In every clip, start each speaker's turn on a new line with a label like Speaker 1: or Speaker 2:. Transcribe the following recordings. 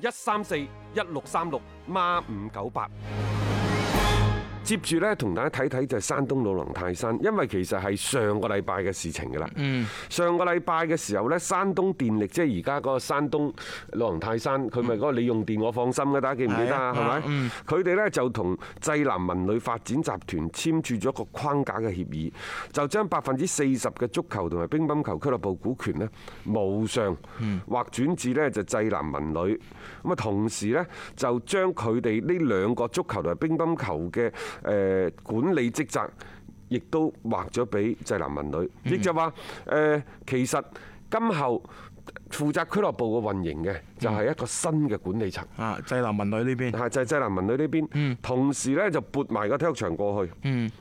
Speaker 1: 一三四一六三六孖五九八。接住呢，同大家睇睇就係山東魯能泰山，因為其實係上個禮拜嘅事情㗎啦。
Speaker 2: 嗯，
Speaker 1: 上個禮拜嘅時候呢，山東電力即係而家嗰個山東魯能泰山，佢咪嗰個你用電我放心嘅，大家記唔記得啊？
Speaker 2: 係啊
Speaker 1: 係咪？佢哋呢就同濟南文旅發展集團簽署咗一個框架嘅協議，就將百分之四十嘅足球同埋乒乓球俱樂部股權呢無償
Speaker 2: 嗯
Speaker 1: 或轉至呢就濟南文旅。咁啊，同時呢，就將佢哋呢兩個足球同埋乒乓球嘅誒管理職責。亦都劃咗俾濟南文旅，
Speaker 2: 嗯
Speaker 1: 亦就話誒、呃其實今後呃負責俱樂部嘅運營
Speaker 2: 嗯
Speaker 1: 嘅就係一個新嘅管理層，
Speaker 2: 啊，濟南文旅呢邊，
Speaker 1: 係就係濟南文旅呢
Speaker 2: 嗯
Speaker 1: 邊，同時呢，就撥埋個體育場過去，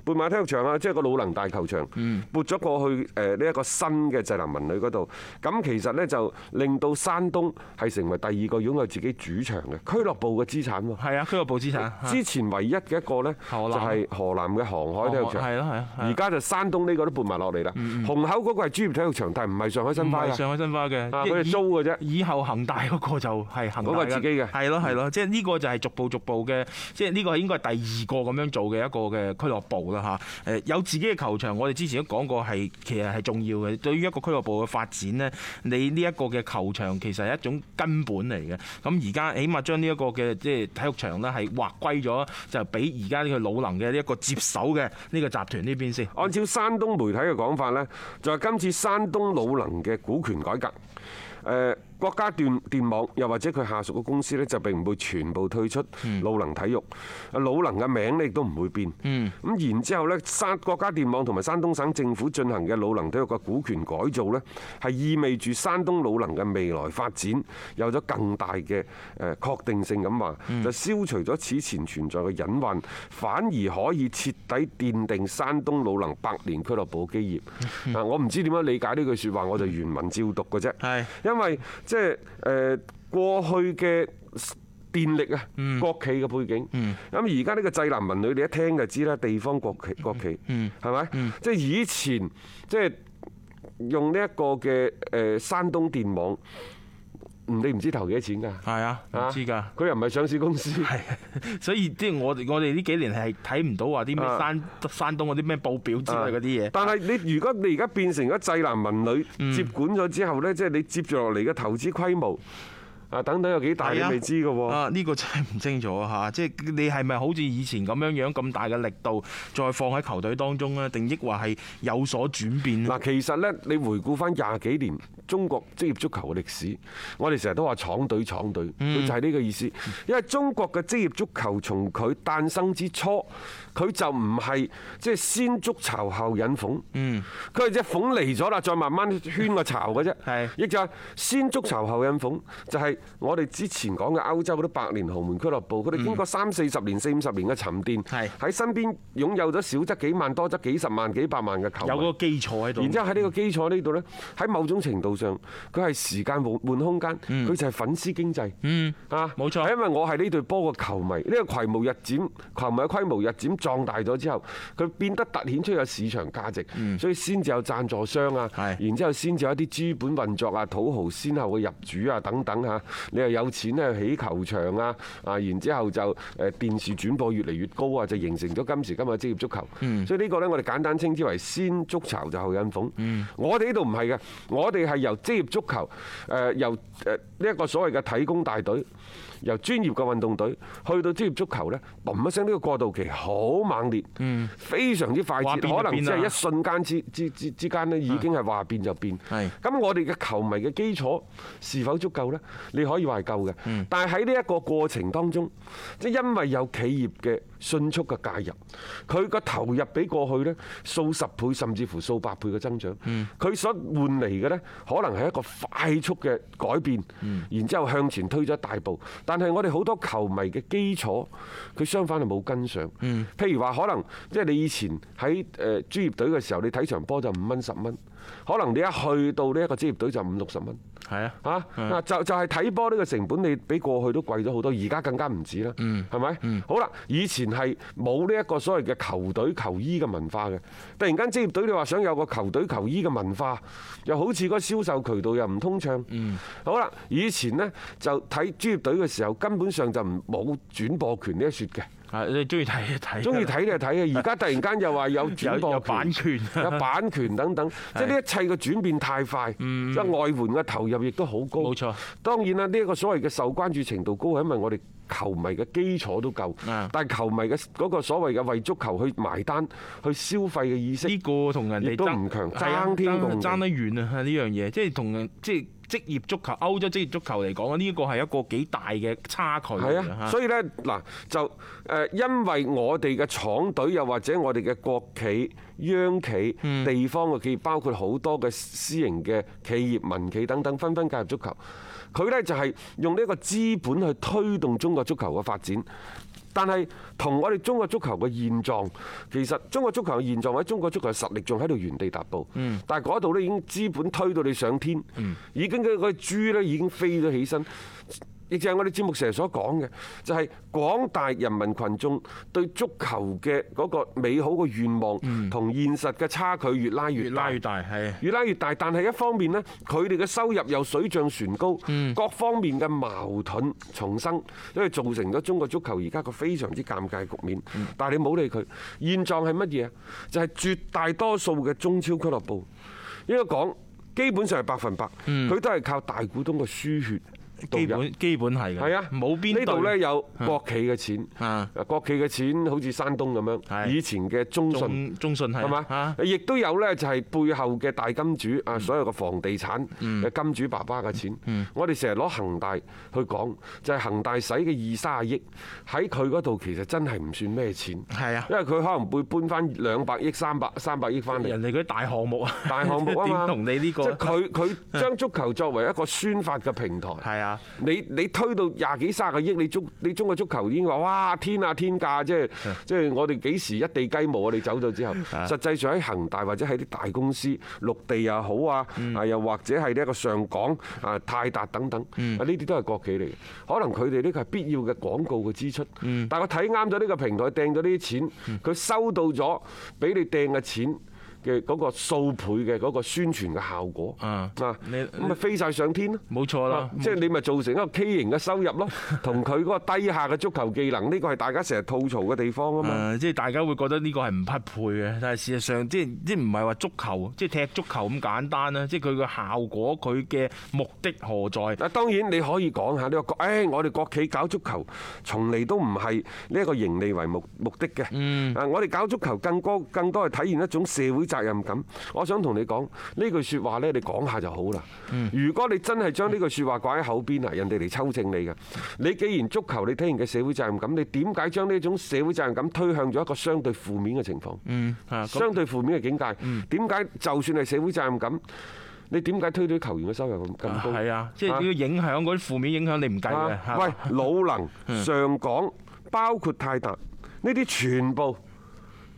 Speaker 1: 撥埋體育場啊，即係個魯能大球場，
Speaker 2: 嗯
Speaker 1: 撥咗過去誒呢一個新嘅濟南文旅嗰度，咁其實呢，就令到山東係成為第二個擁有自己主場嘅俱樂部嘅資產喎。
Speaker 2: 係啊，俱樂部資產，啊
Speaker 1: 之前唯一嘅一個呢，
Speaker 2: 河
Speaker 1: 就
Speaker 2: 南
Speaker 1: 係河南嘅航海體育場，
Speaker 2: 係咯係咯係啊嗯
Speaker 1: 而家就山東呢個都撥埋落嚟啦。虹口嗰個係專業體育場，但係唔係上海申
Speaker 2: 唔
Speaker 1: 花
Speaker 2: 係
Speaker 1: 㗎，
Speaker 2: 上海申花嘅，
Speaker 1: 啊
Speaker 2: 因為
Speaker 1: 佢哋租嘅啫。
Speaker 2: 以後恒大嗰個就係恒大
Speaker 1: 嗰個自己嘅嗯
Speaker 2: 係咯係咯，即係呢個就係逐步逐步嘅，即係呢個應該係第二個咁樣做嘅一個嘅俱樂部啦嚇。誒有自己嘅球場，我哋之前都講過係其實係重要嘅，對於一個俱樂部嘅發展呢，你呢一個嘅球場其實係一種根本嚟嘅。咁而家起碼將呢一個嘅即係體育場呢，係劃歸咗，就俾而家呢個魯能嘅呢一個接手嘅呢個集團呢邊先。
Speaker 1: 按照山東媒體嘅講法呢，就係今次山東魯能嘅股權改革。誒國家電電網又或者佢下屬嘅公司呢，就並唔會全部退出
Speaker 2: 嗯
Speaker 1: 魯能體育，啊魯能嘅名呢亦都唔會變。
Speaker 2: 嗯
Speaker 1: 咁然之後呢，山國家電網同埋山東省政府進行嘅魯能體育嘅股權改造呢，係意味住山東魯能嘅未來發展有咗更大嘅誒確定性咁話，就消除咗此前存在嘅隱患，反而可以徹底奠定山東魯能百年俱樂部嘅基業。啊，我唔知點樣理解呢句説話，我就原文照讀嘅啫。
Speaker 2: 係
Speaker 1: 因為即係誒過去嘅電力啊，國企嘅背景，咁而家呢個濟南文旅，你一聽就知啦，地方國企國企，係咪？即係以前即係用呢一個嘅誒山東電網，唔你唔知投幾多錢㗎？
Speaker 2: 係啊，唔知㗎
Speaker 1: 啊。佢又唔係上市公司。啊
Speaker 2: 啊所以即係我哋我哋呢幾年係睇唔到話
Speaker 1: 啊
Speaker 2: 啲咩山山東嗰啲咩報表之類嗰啲嘢。嗯
Speaker 1: 但係你如果你而家變成咗濟南文旅接管咗之後呢，即係你接住落嚟嘅投資規模啊等等有幾大，你
Speaker 2: 係啊
Speaker 1: 未知㗎喎。
Speaker 2: 啊！呢、個真係唔清楚啊嚇，即係你係咪好似以前咁樣樣咁大嘅力度再放喺球隊當中咧？定抑或係有所轉變咧？
Speaker 1: 嗱，其實呢，你回顧翻廿幾年中國職業足球嘅歷史，我哋成日都話廠隊廠隊，
Speaker 2: 嗯
Speaker 1: 佢就係呢個意思。因為中國嘅職業足球從佢誕生之初，佢就唔係即係先築巢後引鳳，
Speaker 2: 嗯
Speaker 1: 佢係只鳳嚟咗啦，再慢慢圈個巢嘅啫。
Speaker 2: 係
Speaker 1: 亦就係先築巢後引鳳，就係我哋之前講嘅歐洲嗰啲百年豪門俱樂部，佢哋經過三四十年、四五十年嘅沉澱，
Speaker 2: 嗯係
Speaker 1: 喺身邊擁有咗少則幾萬、多則幾十萬、幾百萬嘅球迷
Speaker 2: 有啊嗰個基礎喺度。
Speaker 1: 然之後喺呢個基礎呢度呢，喺某種程度上，佢係時間換換空間，佢就係粉絲經濟。嗯，啊，
Speaker 2: 嗯冇錯
Speaker 1: 係因為我係呢隊波嘅球迷，呢個規模日漸球迷嘅規模日漸壯大咗之後，佢變得突顯出有市場價值，所以先至有贊助商啊，
Speaker 2: 嗯係
Speaker 1: 然之後先至有一啲資本運作啊、土豪先後嘅入主啊等等嚇。你又有錢咧起球場啊，啊，然之後就誒電視轉播越嚟越高啊，就形成咗今時今日嘅職業足球。
Speaker 2: 嗯
Speaker 1: 所以呢個呢，我哋簡單稱之為先築巢就後引鳳。
Speaker 2: 嗯
Speaker 1: 我哋呢度唔係嘅，我哋係由職業足球誒由誒呃呢一個所謂嘅體工大隊。由專業嘅運動隊去到職業足球呢，嘣一聲呢個過渡期好猛烈，非常之快捷，
Speaker 2: 嗯話變就
Speaker 1: 可能只
Speaker 2: 變
Speaker 1: 係
Speaker 2: 啦
Speaker 1: 一瞬間之之之之間咧，已經係話變就變。
Speaker 2: 係
Speaker 1: 咁我哋嘅球迷嘅基礎是否足夠呢？你你可以話係夠嘅。
Speaker 2: 嗯
Speaker 1: 但係喺呢一個過程當中，即係因為有企業嘅迅速嘅介入，佢個投入比過去呢數十倍甚至乎數百倍嘅增長，佢所換嚟嘅呢，可能係一個快速嘅改變，然之後向前推咗一大步。但係我哋好多球迷嘅基礎，佢相反係冇跟上。譬如話，可能即係你以前喺誒專業隊嘅時候，你睇場波就五蚊十蚊，可能你一去到呢一個職業隊就五六十蚊。
Speaker 2: 係啊，
Speaker 1: 嚇嗱就就係睇波呢個成本，你比過去都貴咗好多，而家更加唔止啦，
Speaker 2: 嗯
Speaker 1: 係咪？好啦，以前係冇呢一個所謂嘅球隊球衣嘅文化嘅，突然間職業隊你話想有個球隊球衣嘅文化，又好似嗰銷售渠道又唔通暢。
Speaker 2: 嗯
Speaker 1: 好啦，以前呢就睇專業隊嘅時候，根本上就唔冇轉播權呢一説 嘅，
Speaker 2: 啊你中意睇就睇，
Speaker 1: 中意睇你就睇嘅，而家突然間又話有
Speaker 2: 有
Speaker 1: 轉播
Speaker 2: 有
Speaker 1: 權
Speaker 2: 版權。
Speaker 1: 有版權等等，即係呢一切嘅轉變太快，即係外援嘅投入亦都好高。
Speaker 2: 嗯冇錯，
Speaker 1: 當然啦，呢一個所謂嘅受關注程度高，係因為我哋球迷嘅基礎都夠
Speaker 2: 啊，
Speaker 1: 但係球迷嘅嗰個所謂嘅為足球去埋單、去消費嘅意識
Speaker 2: 呢，個同人哋
Speaker 1: 亦都
Speaker 2: 爭
Speaker 1: 唔強
Speaker 2: 係啊
Speaker 1: 爭天共地
Speaker 2: 爭得遠啊！呢樣嘢即係同人即係職業足球歐洲職業足球嚟講，呢個係一個幾大嘅差距嚟
Speaker 1: 係
Speaker 2: 嘅
Speaker 1: 啊，
Speaker 2: 嚇
Speaker 1: 所以呢，嗱就誒，因為我哋嘅廠隊又或者我哋嘅國企、央企、地方嘅企業，包括好多嘅私營嘅企業、民企等等，紛紛介入足球。佢呢就係用呢個資本去推動中國足球嘅發展。但係同我哋中國足球嘅現狀，其實中國足球嘅現狀或者中國足球嘅實力仲喺度原地踏步。
Speaker 2: 嗯
Speaker 1: 但係嗰度呢已經資本推到你上天，已經嘅嗰隻豬呢已經飛咗起身。亦就係我哋節目成日所講嘅，就係廣大人民群眾對足球嘅嗰個美好嘅願望同現實嘅差距越拉
Speaker 2: 嗯越
Speaker 1: 越
Speaker 2: 拉
Speaker 1: 大
Speaker 2: 越。大係。
Speaker 1: 越拉越大，但係一方面呢，佢哋嘅收入又水漲船高，
Speaker 2: 嗯
Speaker 1: 各方面嘅矛盾重生，因為造成咗中國足球而家個非常之尷尬局面。
Speaker 2: 嗯
Speaker 1: 但係你冇理佢，現狀係乜嘢啊？就係絕大多數嘅中超俱樂部，應該講基本上係百分百，佢都係靠大股東嘅輸血導入。
Speaker 2: 嗯基本基本係嘅，
Speaker 1: 係啊，
Speaker 2: 冇邊隊
Speaker 1: 呢度呢有國企嘅錢，
Speaker 2: 啊
Speaker 1: 誒國企嘅錢好似山東咁
Speaker 2: 係
Speaker 1: 樣，以前嘅中信。
Speaker 2: 中中信係
Speaker 1: 係嘛
Speaker 2: 啊？
Speaker 1: 亦都有呢，就係背後嘅大金主啊，
Speaker 2: 嗯
Speaker 1: 所有嘅房地產嘅金主爸爸嘅錢。我哋成日攞恒大去講，就係恒大使嘅二三十億喺佢嗰度，其實真係唔算咩 錢，
Speaker 2: 係啊，
Speaker 1: 因為佢可能會搬翻兩百億、三百三百億翻嚟。
Speaker 2: 人哋嗰啲大項目啊，
Speaker 1: 大項目啊嘛，
Speaker 2: 點同你呢個
Speaker 1: 即係佢 佢將足球作為一個宣發嘅平台，
Speaker 2: 係啊，
Speaker 1: 你你推到廿幾卅個億，你足你中國足球已經話哇天啊天價，即 係即係我哋幾時一地雞毛啊！你走咗之後，實際上喺恒大或者喺啲大公司，陸地又好啊，
Speaker 2: 嗯
Speaker 1: 啊又或者係呢一個上港啊泰達等等，
Speaker 2: 嗯
Speaker 1: 啊呢啲都係國企嚟嘅，可能佢哋呢個係必要嘅廣告嘅支出，
Speaker 2: 嗯
Speaker 1: 但係我睇啱咗呢個平台掟咗呢啲錢，佢收到咗俾你掟嘅錢。嘅嗰個數倍嘅嗰個宣傳嘅效果
Speaker 2: 啊你
Speaker 1: 咁咪飛晒上天咯！
Speaker 2: 冇錯啦
Speaker 1: 啊，即係你咪造成一個畸形嘅收入咯， 同佢嗰個低下嘅足球技能，呢個係大家成日吐槽嘅地方啊嘛。
Speaker 2: 誒，即係大家會覺得呢個係唔匹配嘅，但係事實上即係即係唔係話足球，即係踢足球咁簡單啦，即係佢個效果，佢嘅目的何在？
Speaker 1: 嗱，當然你可以講下呢個國，誒我哋國企搞足球，從嚟都唔係呢一個盈利為目目的嘅。啊，我哋搞足球更多更多係體現一種社會責任感。我想同你講呢句説話呢，你講下就好啦。如果你真係將呢句説話掛喺口邊啊，人哋嚟抽正你嘅。你既然足球你體現嘅社會責任感，你點解將呢種社會責任感推向咗一個相對負面嘅情況？
Speaker 2: 嗯啊，咁嗯
Speaker 1: 相對負面嘅境界。點解就算係社會責任感，你點解推到啲球員嘅收入咁咁高？
Speaker 2: 係啊，即係呢個影響嗰啲負面影響你唔計嘅
Speaker 1: 啊
Speaker 2: 嚇。嗯
Speaker 1: 喂，魯能、上港，包括泰達，呢啲全部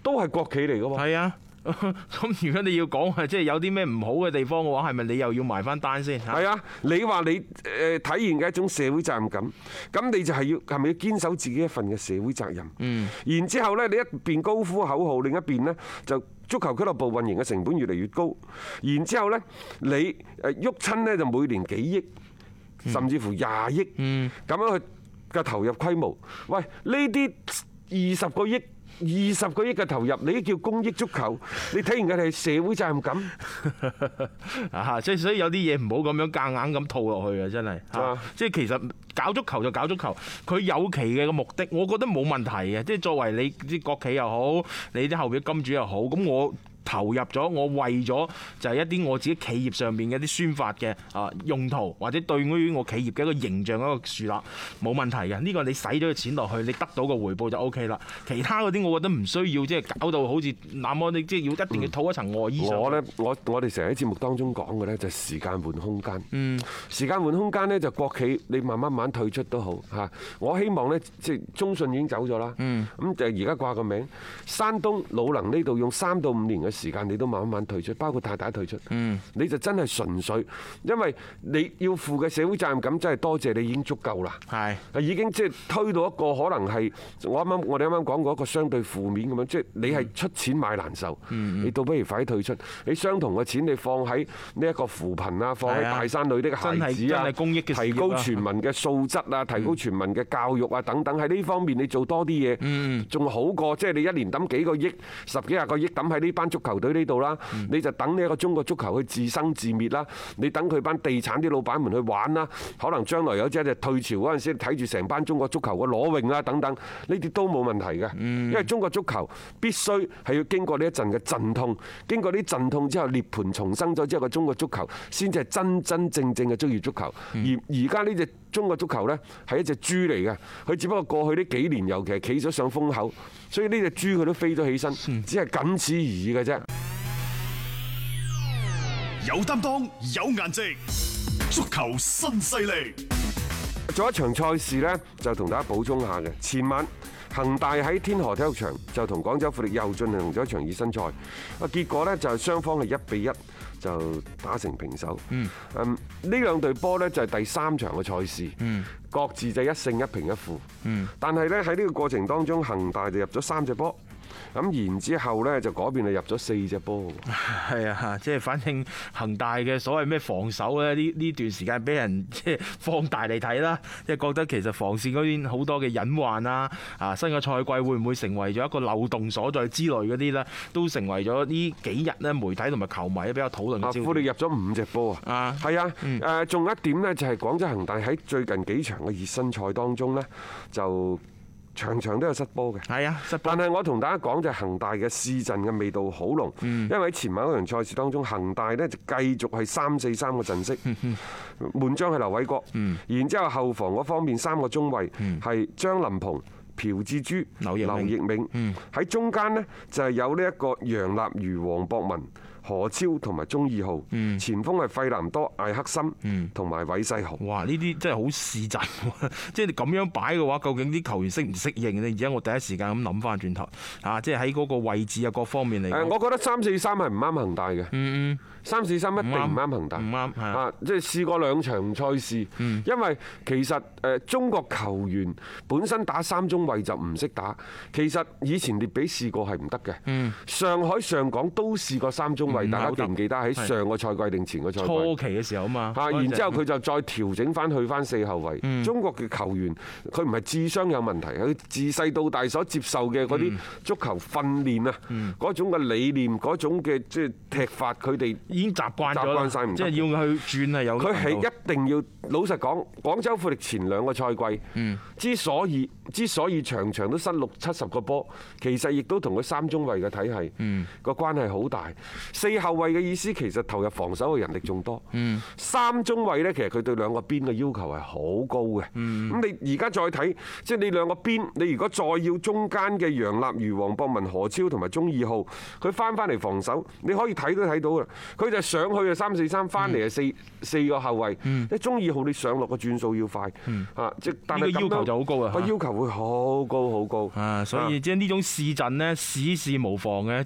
Speaker 1: 都係國企嚟嘅喎。
Speaker 2: 係啊， 咁如果你要講係即係有啲咩唔好嘅地方嘅話，係咪你又要埋翻單先嚇？
Speaker 1: 係啊，你話你誒體現嘅一種社會責任感，咁你就係要係咪要堅守自己一份嘅社會責任？嗯。然之後呢，你一邊高呼口號，另一邊呢就足球俱樂部運營嘅成本越嚟越高。然之後呢，你誒喐親呢就每年幾億，甚至乎廿億，咁樣去嘅投入規模。喂，呢啲二十個億。二十個億嘅投入，你都叫公益足球？你體現嘅係社會責任感。
Speaker 2: 啊，即係所以有啲嘢唔好咁樣夾硬咁套落去啊！真係，啊
Speaker 1: 啊
Speaker 2: 即係其實搞足球就搞足球，佢有其嘅個目的，我覺得冇問題嘅。即係作為你啲國企又好，你啲後邊金主又好，咁我投入咗，我為咗就係一啲我自己企業上面嘅一啲宣發嘅啊用途，或者對於我企業嘅一個形象一個樹立，冇問題嘅。呢個你使咗個錢落去，你得到個回報就 O K 啦。其他嗰啲我覺得唔需要，即係搞到好似那麼你即係要一定要套一層外衣上去。
Speaker 1: 我呢，我我哋成日喺節目當中講嘅呢，就係時間換空間。嗯，時間換空間呢，就國企你慢慢慢退出都好嚇。我希望呢，即係中信已經走咗啦。咁就而家掛個名，山東魯能呢度用三到五年嘅時間，你都慢慢慢退出，包括太太退出。你就真係純粹，因為你要負嘅社會責任感真係多謝你已經足夠啦。
Speaker 2: 係
Speaker 1: 已經即係推到一個可能係我啱啱我哋啱啱講過一個相對負面咁樣，即係你係出錢買難受，
Speaker 2: 嗯
Speaker 1: 你倒不如快啲退出。你相同嘅錢你放喺呢一個扶貧啊，放喺
Speaker 2: 係啊
Speaker 1: 大山裏的孩
Speaker 2: 真係
Speaker 1: 子
Speaker 2: 真
Speaker 1: 啊，
Speaker 2: 係公益嘅事業啊嗯
Speaker 1: 提高全民嘅素質啊，提高全民嘅教育啊等等，喺呢方面你做多啲
Speaker 2: 嗯
Speaker 1: 嘢，仲好過即係你一年抌幾個億、十幾廿個億抌喺呢班足球隊呢度啦，
Speaker 2: 嗯
Speaker 1: 你就等呢一個中國足球去自生自滅啦，你等佢班地產啲老闆們去玩啦，可能將來有朝一日退潮嗰陣時，睇住成班中國足球嘅裸泳啊等等，呢啲都冇問題嘅，因為中國足球必須係要經過呢一陣嘅陣痛，經過呢陣痛之後，涅槃重生咗之後嘅中國足球，先至係真真正正嘅職業足球，而而家呢只。中國足球呢係一隻豬嚟嘅，佢只不過過去呢幾年，尤其係企咗上風口，所以呢隻豬佢都飛咗起身，只係僅此而已嘅啫。
Speaker 3: 有擔當，有顏值，足球新勢力。
Speaker 1: 做一場賽事呢，就同大家補充下嘅。前晚恒大喺天河體育場就同廣州富力又進行咗一場熱身賽，啊結果呢，就係雙方係一比一就打成平手。嗯，呢兩隊波呢，就係第三場嘅賽事，各自就一勝一平一負。嗯，但係呢，喺呢個過程當中，恒大就入咗三隻波。咁然之後呢，就嗰邊就入咗四隻波喎，
Speaker 2: 係啊， 即係反正恒大嘅所謂咩防守咧，呢呢段時間俾人 即係放大嚟睇啦，即係覺得其實防線嗰邊好多嘅隱患啊，啊新嘅賽季會唔會成為咗一個漏洞所在之類嗰啲咧，都成為咗呢幾日咧媒體同埋球迷比較討論
Speaker 1: 啊
Speaker 2: 嘅焦
Speaker 1: 富力
Speaker 2: 點。
Speaker 1: 入咗五隻波啊！
Speaker 2: 啊，
Speaker 1: 係啊，誒仲有一點呢，就係廣州恒大喺最近幾場嘅熱身賽當中呢，就場場都有失波嘅。
Speaker 2: 係啊，失波
Speaker 1: 但。係我同大家講就係恒大嘅試陣嘅味道好濃，
Speaker 2: 嗯
Speaker 1: 因為喺前晚嗰場賽事當中，恒大呢就繼續係三四三個陣式，
Speaker 2: 嗯
Speaker 1: 門將係劉偉國，然之後後防嗰方面三個中衞係張林鵬。朴志洙、
Speaker 2: 嗯劉奕明
Speaker 1: 奕
Speaker 2: 嗯
Speaker 1: 明喺中間呢，就係有呢一個楊立瑜、黃博文、何超同埋鍾義浩，
Speaker 2: 嗯
Speaker 1: 前鋒係費南多、艾克森同埋韋世豪。
Speaker 2: 哇！呢啲真係好試陣喎， 即係你咁樣擺嘅話，究竟啲球員適唔適應呢？而家我第一時間咁諗翻轉頭啊，即係喺嗰個位置啊，各方面嚟
Speaker 1: 誒，
Speaker 2: 講，
Speaker 1: 我覺得三四三係唔啱恒大嘅。三四三一定唔啱恒大。
Speaker 2: 嗯唔啱係嗯啊
Speaker 1: 啊，即係試過兩場賽事，因為其實誒中國球員本身打三中衞就唔識打，其實以前列比試過係唔得嘅。上海上港都試過三中
Speaker 2: 嗯唔
Speaker 1: 衞，
Speaker 2: 係
Speaker 1: 大
Speaker 2: 好
Speaker 1: 家
Speaker 2: 得
Speaker 1: 記唔記得喺
Speaker 2: 係
Speaker 1: 上個賽季定前個賽季？
Speaker 2: 初期嘅時候啊嘛，
Speaker 1: 嚇，然之後
Speaker 2: 嗰陣
Speaker 1: 佢就再調整翻去翻四後衞。中國嘅球員佢唔係智商有問題，佢自細到大所接受嘅嗰啲足球訓練啊，嗰種嘅理念，嗰種嘅即係踢法，佢哋
Speaker 2: 已經習慣咗
Speaker 1: 習
Speaker 2: 啦，
Speaker 1: 慣晒唔
Speaker 2: 即
Speaker 1: 得
Speaker 2: 係要去轉係有
Speaker 1: 佢係
Speaker 2: 難度
Speaker 1: 一定要老實講，廣州富力前兩個賽季之所以之所以場場都失六七十個波，其實亦都同佢三中衞嘅體系個關係好大。四後衞嘅意思其實投入防守嘅人力仲多。三中衞呢，其實佢對兩個邊嘅要求係好高嘅。
Speaker 2: 嗯
Speaker 1: 咁你而家再睇，即係你兩個邊，你如果再要中間嘅楊立瑜、黃博文、何超同埋鍾義浩，佢翻翻嚟防守，你可以睇都睇到啦。佢就上去就三四三，翻
Speaker 2: 嗯
Speaker 1: 嚟就啊四四個後衞。即係鍾義浩你上落個轉數要快啊！即係但係
Speaker 2: 嗯呢個要
Speaker 1: 咁樣
Speaker 2: 求就好高啦啊
Speaker 1: 個要求會好高好高啊
Speaker 2: 啊，所以即係呢種試陣呢，試試無妨嘅。